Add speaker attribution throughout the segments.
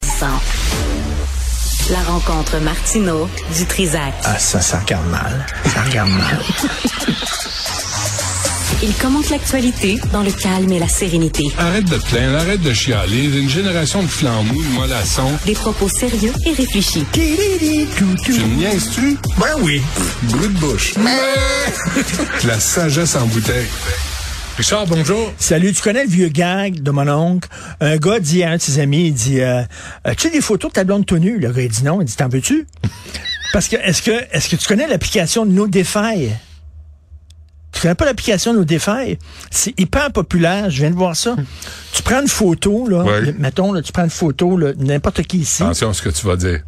Speaker 1: intéressant. La rencontre Martino du Trisac.
Speaker 2: Ah, ça, ça regarde mal. Ça regarde mal.
Speaker 1: Il commente l'actualité dans le calme et la sérénité.
Speaker 3: Arrête de te plaindre, arrête de chialer. Une génération de flambous, de mollassons.
Speaker 1: Des propos sérieux et réfléchis.
Speaker 3: Tu me niaises-tu?
Speaker 2: Ben oui.
Speaker 3: Brut de bouche. La sagesse en bouteille. Richard, bonjour.
Speaker 2: Salut, tu connais le vieux gag de mon oncle? Un gars dit à un de ses amis, il dit, euh, as-tu des photos de ta blonde tenue? Le gars, il dit non. Il dit, t'en veux-tu? Parce que, est-ce que, est-ce que tu connais l'application Nodify? Tu connais pas l'application Nodify? C'est hyper populaire. Je viens de voir ça. Tu prends une photo, là.
Speaker 3: Ouais. Ah.
Speaker 2: Mettons, là, tu prends une photo, là, n'importe qui ici.
Speaker 3: Attention à ce que tu vas dire.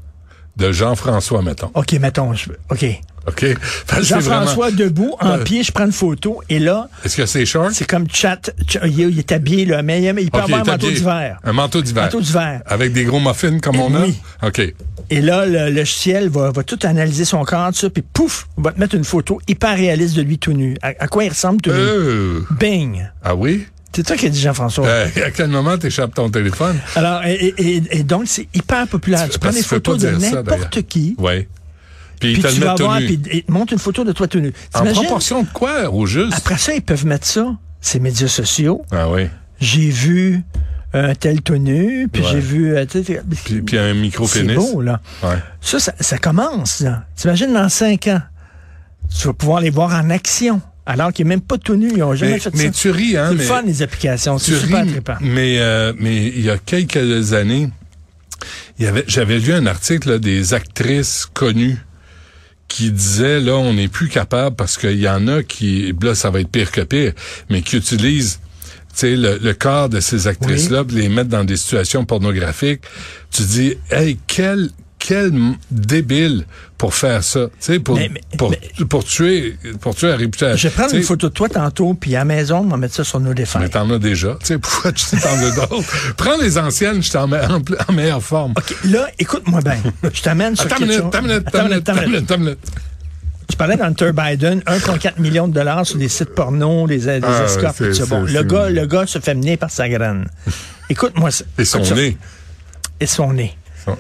Speaker 3: De Jean-François, mettons.
Speaker 2: OK, mettons, je- OK.
Speaker 3: OK? Parce que c'est
Speaker 2: Jean-François
Speaker 3: vraiment-
Speaker 2: debout, en
Speaker 3: Euh,
Speaker 2: pied, je prends une photo, et là,
Speaker 3: Est-ce que c'est short?
Speaker 2: c'est comme chat, ch- il, est- il est habillé, là, mais il peut
Speaker 3: Ok,
Speaker 2: avoir un
Speaker 3: t'as
Speaker 2: manteau
Speaker 3: bien-
Speaker 2: d'hiver.
Speaker 3: Un manteau d'hiver.
Speaker 2: Manteau d'hiver.
Speaker 3: Avec des gros muffins comme on a?
Speaker 2: Oui.
Speaker 3: OK.
Speaker 2: Et là, le logiciel va, va tout analyser son corps, tout ça, puis pouf, on va te mettre une photo hyper réaliste de lui tout nu. À, à quoi il ressemble tout nu?
Speaker 3: Euh,
Speaker 2: Bing!
Speaker 3: ah oui?
Speaker 2: C'est toi qui as dit Jean-François.
Speaker 3: Euh, à quel moment t'échappes ton téléphone?
Speaker 2: Alors, et, et- et- et donc, c'est hyper populaire. Tu prends
Speaker 3: Parce que
Speaker 2: des
Speaker 3: tu fais
Speaker 2: photos
Speaker 3: pas
Speaker 2: de
Speaker 3: dire ça,
Speaker 2: n'importe
Speaker 3: d'ailleurs.
Speaker 2: qui,
Speaker 3: Oui. Puis, ils
Speaker 2: puis
Speaker 3: te
Speaker 2: tu
Speaker 3: le
Speaker 2: vas
Speaker 3: mettent tout
Speaker 2: voir,
Speaker 3: nu.
Speaker 2: puis ils te montrent une photo de toi tout nu.
Speaker 3: En
Speaker 2: T'imagines?
Speaker 3: proportion de quoi, au juste?
Speaker 2: Après ça, ils peuvent mettre ça, ces médias sociaux.
Speaker 3: Ah oui.
Speaker 2: j'ai vu un tel tenu, puis
Speaker 3: Ouais.
Speaker 2: j'ai vu... euh, tu sais,
Speaker 3: Puis, puis un
Speaker 2: c'est
Speaker 3: micro-pénis.
Speaker 2: beau, là.
Speaker 3: Ouais.
Speaker 2: Ça, ça, ça commence, là. T'imagines, dans cinq ans, tu vas pouvoir les voir en action, alors qu'ils n'est même pas tout nus, ils n'ont jamais
Speaker 3: Mais,
Speaker 2: fait
Speaker 3: mais
Speaker 2: ça.
Speaker 3: tu ris, hein?
Speaker 2: c'est le
Speaker 3: mais-
Speaker 2: fun, les applications, c'est
Speaker 3: Tu
Speaker 2: super
Speaker 3: ris,
Speaker 2: trippant.
Speaker 3: mais euh, mais il y a quelques années, il y avait j'avais lu un article là, des actrices connues qui disaient là on n'est plus capable parce qu'il y en a qui là ça va être pire que pire, mais qui utilisent tu sais, le, le corps de ces actrices-là, puis les mettre dans des situations pornographiques, tu dis, hey, quel, quel m- débile pour faire ça, tu sais, pour,
Speaker 2: Mais- mais-
Speaker 3: pour,
Speaker 2: mais-
Speaker 3: pour tuer, pour tuer la réputation.
Speaker 2: Je vais prendre
Speaker 3: euh, Tu sais,
Speaker 2: une photo de toi tantôt, puis à la maison, on va mettre ça sur nos défenses.
Speaker 3: mais t'en as déjà. Tu sais, pourquoi tu t'en veux d'autres? Prends les anciennes, je t'en mets en, pl- en meilleure forme.
Speaker 2: Là, écoute-moi bien. Je t'amène sur
Speaker 3: Attends une
Speaker 2: quelque
Speaker 3: minute,
Speaker 2: chose.
Speaker 3: attends une minute,
Speaker 2: Attends
Speaker 3: attends une
Speaker 2: une
Speaker 3: minute,
Speaker 2: attends une
Speaker 3: attends une minute, attends une minute.
Speaker 2: Tu parlais d'Hunter Biden, 1,4 million de dollars sur des sites porno, les, les
Speaker 3: Ah,
Speaker 2: escorts,
Speaker 3: c'est-
Speaker 2: tout ça.
Speaker 3: c'est-
Speaker 2: Bon, le
Speaker 3: c'est-
Speaker 2: gars, le gars se fait mener par sa graine. Écoute-moi ça.
Speaker 3: Et son
Speaker 2: Écoute ça.
Speaker 3: nez.
Speaker 2: Et son nez.
Speaker 3: Son-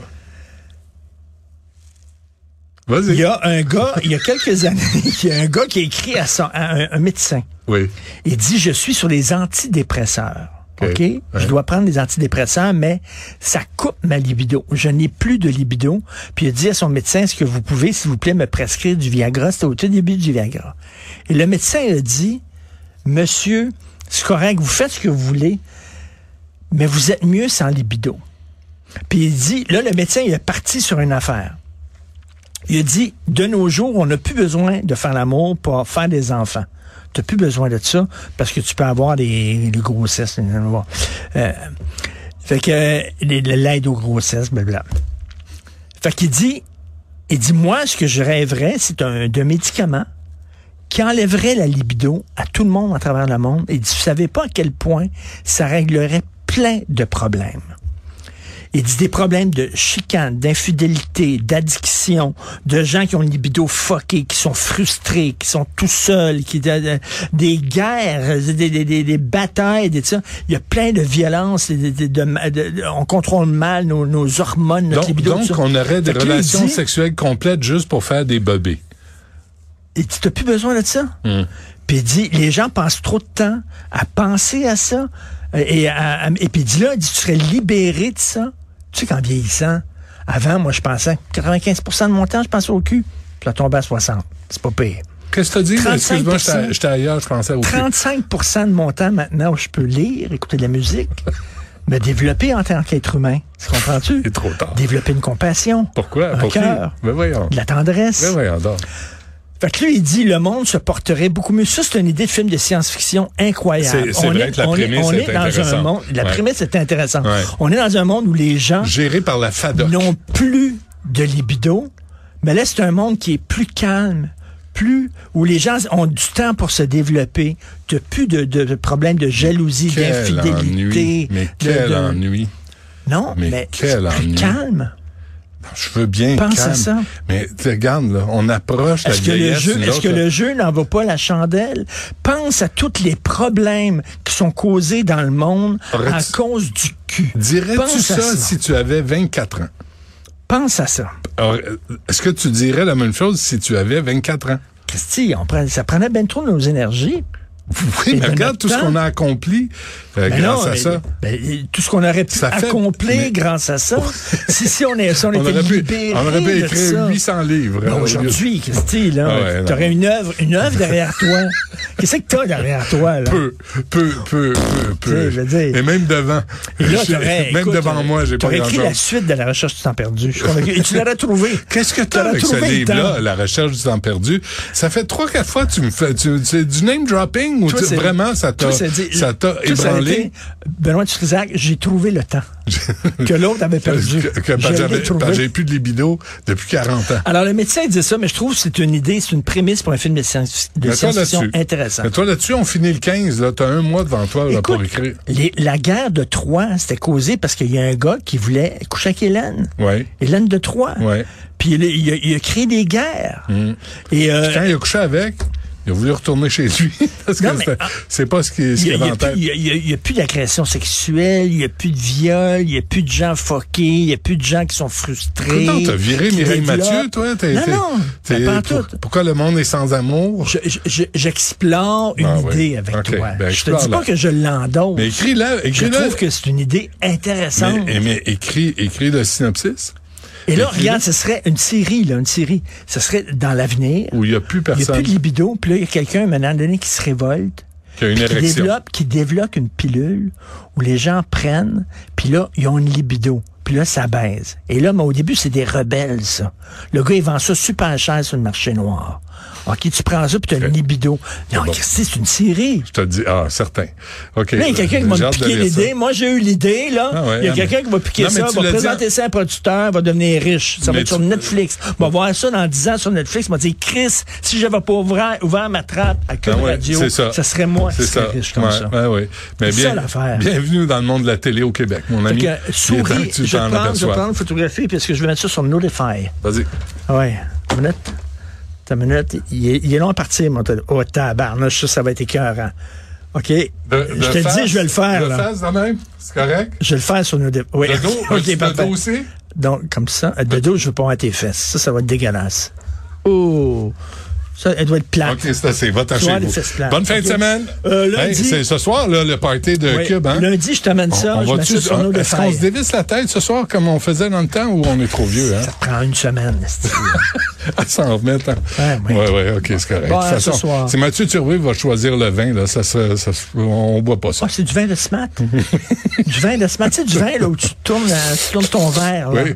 Speaker 2: Il y
Speaker 3: Vas-y.
Speaker 2: a un gars, il y a quelques années, il y a un gars qui a écrit à, son, à un, un médecin.
Speaker 3: Oui.
Speaker 2: Il dit, je suis sur les antidépresseurs.
Speaker 3: Ok.
Speaker 2: OK?
Speaker 3: Ouais.
Speaker 2: Je dois prendre des antidépresseurs, mais ça coupe ma libido. Je n'ai plus de libido. Puis il a dit à son médecin, est-ce que vous pouvez, s'il vous plaît, me prescrire du Viagra? C'était au tout début du Viagra. Et le médecin a dit, monsieur, c'est correct, vous faites ce que vous voulez, mais vous êtes mieux sans libido. Puis il dit, là, le médecin, il est parti sur une affaire. Il a dit, de nos jours, on n'a plus besoin de faire l'amour pour faire des enfants. Tu n'as plus besoin de ça parce que tu peux avoir des, des grossesses. nan, nan, nan. Euh, fait que euh, les- les- l'aide aux grossesses, blablabla. Fait qu'il dit, il dit, moi, ce que je rêverais, c'est un, de médicament qui enlèverait la libido à tout le monde à travers le monde. Il dit, vous savez pas à quel point ça réglerait plein de problèmes. Il dit des problèmes de chicane, d'infidélité, d'addiction, de gens qui ont une libido fuckée, qui sont frustrés, qui sont tout seuls, qui de- de- des guerres, des, des, des, des batailles, des tout ça. Il y a plein de violences, et de, de- de- de- de- on contrôle mal nos, nos hormones, notre
Speaker 3: Donc,
Speaker 2: libido.
Speaker 3: donc,
Speaker 2: tout ça.
Speaker 3: on aurait des
Speaker 2: Fait que là, il
Speaker 3: relations
Speaker 2: dit-
Speaker 3: sexuelles complètes juste pour faire des bobés.
Speaker 2: Et tu n'as plus besoin de ça.
Speaker 3: Hmm.
Speaker 2: Puis il dit, les gens passent trop de temps à penser à ça. euh, Et, à- à- et puis il dit là, il dit, tu serais libéré de ça. Tu sais qu'en vieillissant, avant, moi, je pensais, 95 de mon temps, je pensais au cul. Puis là, tombé à 60. C'est pas pire.
Speaker 3: Qu'est-ce que t'as dit?
Speaker 2: 35%.
Speaker 3: Excuse-moi, j'étais- j'étais ailleurs, je pensais au cul.
Speaker 2: 35 de mon temps maintenant où je peux lire, écouter de la musique, me développer en tant qu'être humain. Tu comprends-tu?
Speaker 3: C'est trop tard.
Speaker 2: Développer une compassion.
Speaker 3: Pourquoi?
Speaker 2: Un
Speaker 3: Pour qui?
Speaker 2: cœur.
Speaker 3: Ben voyons.
Speaker 2: De la tendresse.
Speaker 3: Ben voyons donc.
Speaker 2: Fait que là, il dit le monde se porterait beaucoup mieux. Ça, c'est une idée de film de science-fiction incroyable.
Speaker 3: C'est- c'est
Speaker 2: On
Speaker 3: vrai
Speaker 2: est-
Speaker 3: que la
Speaker 2: on est-
Speaker 3: prémisse
Speaker 2: on
Speaker 3: est
Speaker 2: est dans un
Speaker 3: intéressante.
Speaker 2: monde. La
Speaker 3: Ouais.
Speaker 2: prémisse est intéressante.
Speaker 3: Ouais.
Speaker 2: On est dans un monde où les gens
Speaker 3: Géré par la FADOC.
Speaker 2: n'ont plus de libido, mais là, c'est un monde qui est plus calme, plus où les gens ont du temps pour se développer. T'as plus de, de, de problèmes de jalousie,
Speaker 3: Quel
Speaker 2: d'infidélité.
Speaker 3: ennui. Mais
Speaker 2: de-
Speaker 3: quel
Speaker 2: de-
Speaker 3: ennui.
Speaker 2: Non,
Speaker 3: Mais
Speaker 2: mais,
Speaker 3: quel
Speaker 2: c'est plus
Speaker 3: ennui.
Speaker 2: calme.
Speaker 3: Je veux bien
Speaker 2: Pense
Speaker 3: calme.
Speaker 2: à ça.
Speaker 3: Mais tu sais, regarde, là, on approche la
Speaker 2: Est-ce que le
Speaker 3: vieillesse.
Speaker 2: jeu,
Speaker 3: nous
Speaker 2: est-ce
Speaker 3: autres,
Speaker 2: que
Speaker 3: là.
Speaker 2: le jeu n'en vaut pas la chandelle Pense à tous les problèmes qui sont causés dans le monde à
Speaker 3: Aurais-tu-
Speaker 2: cause du cul.
Speaker 3: Dirais-tu
Speaker 2: Pense à
Speaker 3: ça, si tu avais 24 ans?
Speaker 2: Pense à ça.
Speaker 3: Alors, Est-ce que tu dirais la même chose si tu avais 24 ans?
Speaker 2: Christy, on prend- ça prenait bien trop de nos énergies.
Speaker 3: Oui, mais
Speaker 2: de
Speaker 3: regarde
Speaker 2: notre
Speaker 3: tout ce
Speaker 2: temps.
Speaker 3: qu'on a accompli euh,
Speaker 2: Ben
Speaker 3: grâce
Speaker 2: non,
Speaker 3: à
Speaker 2: mais-
Speaker 3: ça.
Speaker 2: ben, tout ce qu'on aurait pu
Speaker 3: Ça fait-
Speaker 2: accomplir
Speaker 3: mais-
Speaker 2: grâce à ça. si, si on, est, si on,
Speaker 3: On
Speaker 2: était
Speaker 3: aurait, pu,
Speaker 2: libérés
Speaker 3: on aurait pu
Speaker 2: de
Speaker 3: écrire
Speaker 2: ça.
Speaker 3: 800 livres.
Speaker 2: Ben,
Speaker 3: hein, au lieu-
Speaker 2: Aujourd'hui, Christy, là,
Speaker 3: Ah ouais, non.
Speaker 2: t'aurais une œuvre, une œuvre derrière toi. Qu'est-ce que t'as derrière toi, là?
Speaker 3: Peu, peu, peu, peu, peu.
Speaker 2: je veux dire-
Speaker 3: Et même devant.
Speaker 2: Et là,
Speaker 3: J'ai-
Speaker 2: t'aurais,
Speaker 3: même
Speaker 2: écoute, euh,
Speaker 3: devant moi, j'ai pas
Speaker 2: t'aurais écrit
Speaker 3: grand-chose.
Speaker 2: la suite de la recherche du temps perdu. Je suis convaincu. Et tu l'aurais trouvé.
Speaker 3: Qu'est-ce que t'as
Speaker 2: T'aurais
Speaker 3: avec ce
Speaker 2: trouvé le
Speaker 3: livre-là,
Speaker 2: temps.
Speaker 3: La recherche du temps perdu? Ça fait trois, quatre fois que tu me fais, tu, c'est du name dropping ou
Speaker 2: Toi,
Speaker 3: tu-
Speaker 2: c'est-
Speaker 3: vraiment ça t'a,
Speaker 2: toi, c'est dit-
Speaker 3: ça t'a
Speaker 2: toi, ça a
Speaker 3: ébranlé?
Speaker 2: été, Benoît Trisac, j'ai trouvé le temps que l'autre avait perdu.
Speaker 3: Que- que-
Speaker 2: Je
Speaker 3: parce que
Speaker 2: l'ai
Speaker 3: j'avais- parce que
Speaker 2: trouvé.
Speaker 3: j'ai plus de libido depuis 40 ans.
Speaker 2: Alors, le médecin dit ça, mais je trouve que c'est une idée, c'est une prémisse pour un film de science- de
Speaker 3: Mets-toi
Speaker 2: science-fiction
Speaker 3: là-dessus.
Speaker 2: intéressant.
Speaker 3: Mais toi, là-dessus, on finit le 15, là. T'as un mois devant toi, là, pour
Speaker 2: Écoute,
Speaker 3: écrire.
Speaker 2: les- la guerre de Troie, c'était causé parce qu'il y a un gars qui voulait coucher avec Hélène.
Speaker 3: Ouais.
Speaker 2: Hélène de Troie.
Speaker 3: Ouais. Mm.
Speaker 2: Puis il, a- il a, il a créé des guerres. Et euh,
Speaker 3: Quand il a couché avec, il a voulu retourner chez lui. parce que
Speaker 2: Non, mais- ah,
Speaker 3: c'était- c'est pas ce qui- ce
Speaker 2: il
Speaker 3: qu'il
Speaker 2: n'y
Speaker 3: avait
Speaker 2: a,
Speaker 3: en tête.
Speaker 2: plus- il y a- il y a- il y a plus d'agression sexuelle, il n'y a plus de viol, il n'y a plus de gens foqués, il n'y a plus de gens qui sont frustrés.
Speaker 3: Pourtant, t'as viré
Speaker 2: qui
Speaker 3: Mireille
Speaker 2: développent.
Speaker 3: Mathieu, toi? hein, T'es-
Speaker 2: Non,
Speaker 3: t'es-
Speaker 2: non,
Speaker 3: t'es-
Speaker 2: mais pas en
Speaker 3: pour-
Speaker 2: tout.
Speaker 3: Pourquoi le monde est sans amour?
Speaker 2: Je- je- je- J'explore une
Speaker 3: Ah oui.
Speaker 2: idée avec
Speaker 3: Ok,
Speaker 2: toi.
Speaker 3: ben,
Speaker 2: je te dis
Speaker 3: explore-la.
Speaker 2: pas que je l'endosse.
Speaker 3: Mais écris-la,
Speaker 2: je
Speaker 3: écris-la.
Speaker 2: trouve que c'est une idée intéressante.
Speaker 3: Mais, mais écris, écris le synopsis
Speaker 2: Et là,
Speaker 3: écris-le.
Speaker 2: regarde, ce serait une série, là, une série. Ce serait dans l'avenir.
Speaker 3: où il n'y a
Speaker 2: Il
Speaker 3: plus
Speaker 2: n'y a
Speaker 3: personne
Speaker 2: plus de libido, puis là, il y a quelqu'un, à un moment donné, qui se révolte,
Speaker 3: qui a une
Speaker 2: puis qui
Speaker 3: érection.
Speaker 2: développe, qui développe une pilule où les gens prennent, puis là, ils ont une libido. Puis là, ça baise. Et là, mais au début, c'est des rebelles, ça. Le gars, il vend ça super cher sur le marché noir. OK, tu prends ça, puis tu as une libido. Non,
Speaker 3: bon.
Speaker 2: Christy, c'est une série.
Speaker 3: Je te dis, ah, certain. OK.
Speaker 2: Là, il y a quelqu'un qui
Speaker 3: euh, J'ai
Speaker 2: m'a
Speaker 3: hâte de
Speaker 2: piqué
Speaker 3: lire ça.
Speaker 2: l'idée. Moi, j'ai eu l'idée, là.
Speaker 3: Ah ouais,
Speaker 2: il y a
Speaker 3: ah,
Speaker 2: quelqu'un
Speaker 3: mais-
Speaker 2: qui va piquer
Speaker 3: Non, mais
Speaker 2: ça,
Speaker 3: tu
Speaker 2: va
Speaker 3: l'as dit
Speaker 2: présenter ça à un producteur, va devenir riche. Ça va
Speaker 3: Mais
Speaker 2: être sur
Speaker 3: tu-
Speaker 2: Netflix. On va voir ça dans 10 ans sur Netflix. On va dire, Chris, si j'avais pas ouvert, ouvert ma trappe à Cube
Speaker 3: Ah ouais,
Speaker 2: Radio,
Speaker 3: c'est ça.
Speaker 2: serait moi qui
Speaker 3: C'est
Speaker 2: serais
Speaker 3: ça.
Speaker 2: riche comme
Speaker 3: Ouais,
Speaker 2: ça.
Speaker 3: ouais, ouais. Mais
Speaker 2: C'est
Speaker 3: bien,
Speaker 2: ça, l'affaire.
Speaker 3: bienvenue dans le monde de la télé au Québec, mon
Speaker 2: Fait
Speaker 3: ami.
Speaker 2: que,
Speaker 3: Il est temps
Speaker 2: souris,
Speaker 3: que
Speaker 2: je
Speaker 3: tu t'en
Speaker 2: prends, je
Speaker 3: aperçois.
Speaker 2: prends une photographie parce que je vais mettre ça sur Notify. Ah
Speaker 3: Vas-y.
Speaker 2: Ouais. Une minute. Une minute. Il est, il est long à partir, mon téléphone. Oh, tabarnouche, ça, ça va être écœurant. OK.
Speaker 3: De-
Speaker 2: je
Speaker 3: de
Speaker 2: te le
Speaker 3: face,
Speaker 2: dis, je vais le faire,
Speaker 3: De
Speaker 2: là.
Speaker 3: face, de même. C'est correct?
Speaker 2: Je vais le faire sur Notify. Oui.
Speaker 3: Le dos,
Speaker 2: OK,
Speaker 3: un petit peu de
Speaker 2: parfait.
Speaker 3: dos aussi?
Speaker 2: Donc, comme ça. Euh, De dos, je veux pas avoir tes fesses. Ça, ça va être dégueulasse. Oh! Ça, elle doit être plate.
Speaker 3: OK, c'est assez. Va t'en
Speaker 2: Tu vois,
Speaker 3: chez
Speaker 2: les
Speaker 3: vous.
Speaker 2: fesses plates.
Speaker 3: Bonne fin de
Speaker 2: OK.
Speaker 3: semaine.
Speaker 2: Euh, lundi-
Speaker 3: Hey, c'est ce soir, là, le party de
Speaker 2: Ouais.
Speaker 3: Cube, hein?
Speaker 2: Lundi, je t'amène ça. je mets
Speaker 3: va-tu-
Speaker 2: ça sur nos
Speaker 3: Est-ce qu'on se
Speaker 2: défailles.
Speaker 3: dévisse la tête ce soir comme on faisait dans le temps ou on est trop vieux, hein?
Speaker 2: Ça prend une semaine. c'est-tu.
Speaker 3: À s'en remettre. hein?
Speaker 2: Ouais,
Speaker 3: Ouais,
Speaker 2: ouais.
Speaker 3: ouais, OK, c'est correct.
Speaker 2: Bon,
Speaker 3: De toute
Speaker 2: à ce
Speaker 3: façon,
Speaker 2: soir.
Speaker 3: C'est Mathieu Turvé qui va choisir le vin, là. Ça, se- ça se- on boit pas ça.
Speaker 2: Ah, c'est du vin de smat. du vin de smat. Tu sais, du vin là, où tu tournes, la- tu tournes ton verre. Là.
Speaker 3: Oui.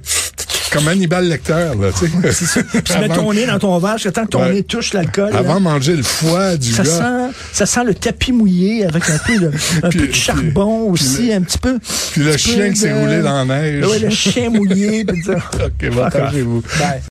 Speaker 3: Comme Hannibal Lecteur, là, tu sais.
Speaker 2: Puis tu mets ton nez dans ton verre jusqu'à temps que ton
Speaker 3: Ouais.
Speaker 2: nez touche l'alcool. là.
Speaker 3: Avant de manger le foie du
Speaker 2: Ça
Speaker 3: gars.
Speaker 2: sent, ça sent le tapis mouillé avec un peu de, un
Speaker 3: Puis-
Speaker 2: peu de
Speaker 3: puis-
Speaker 2: charbon
Speaker 3: puis
Speaker 2: aussi,
Speaker 3: le-
Speaker 2: un petit peu.
Speaker 3: Puis le
Speaker 2: petit peu
Speaker 3: chien qui s'est
Speaker 2: de-
Speaker 3: roulé dans la neige.
Speaker 2: Ouais, le chien mouillé. puis tout ça.
Speaker 3: OK, va
Speaker 2: Fuck off.
Speaker 3: vous
Speaker 2: Bye.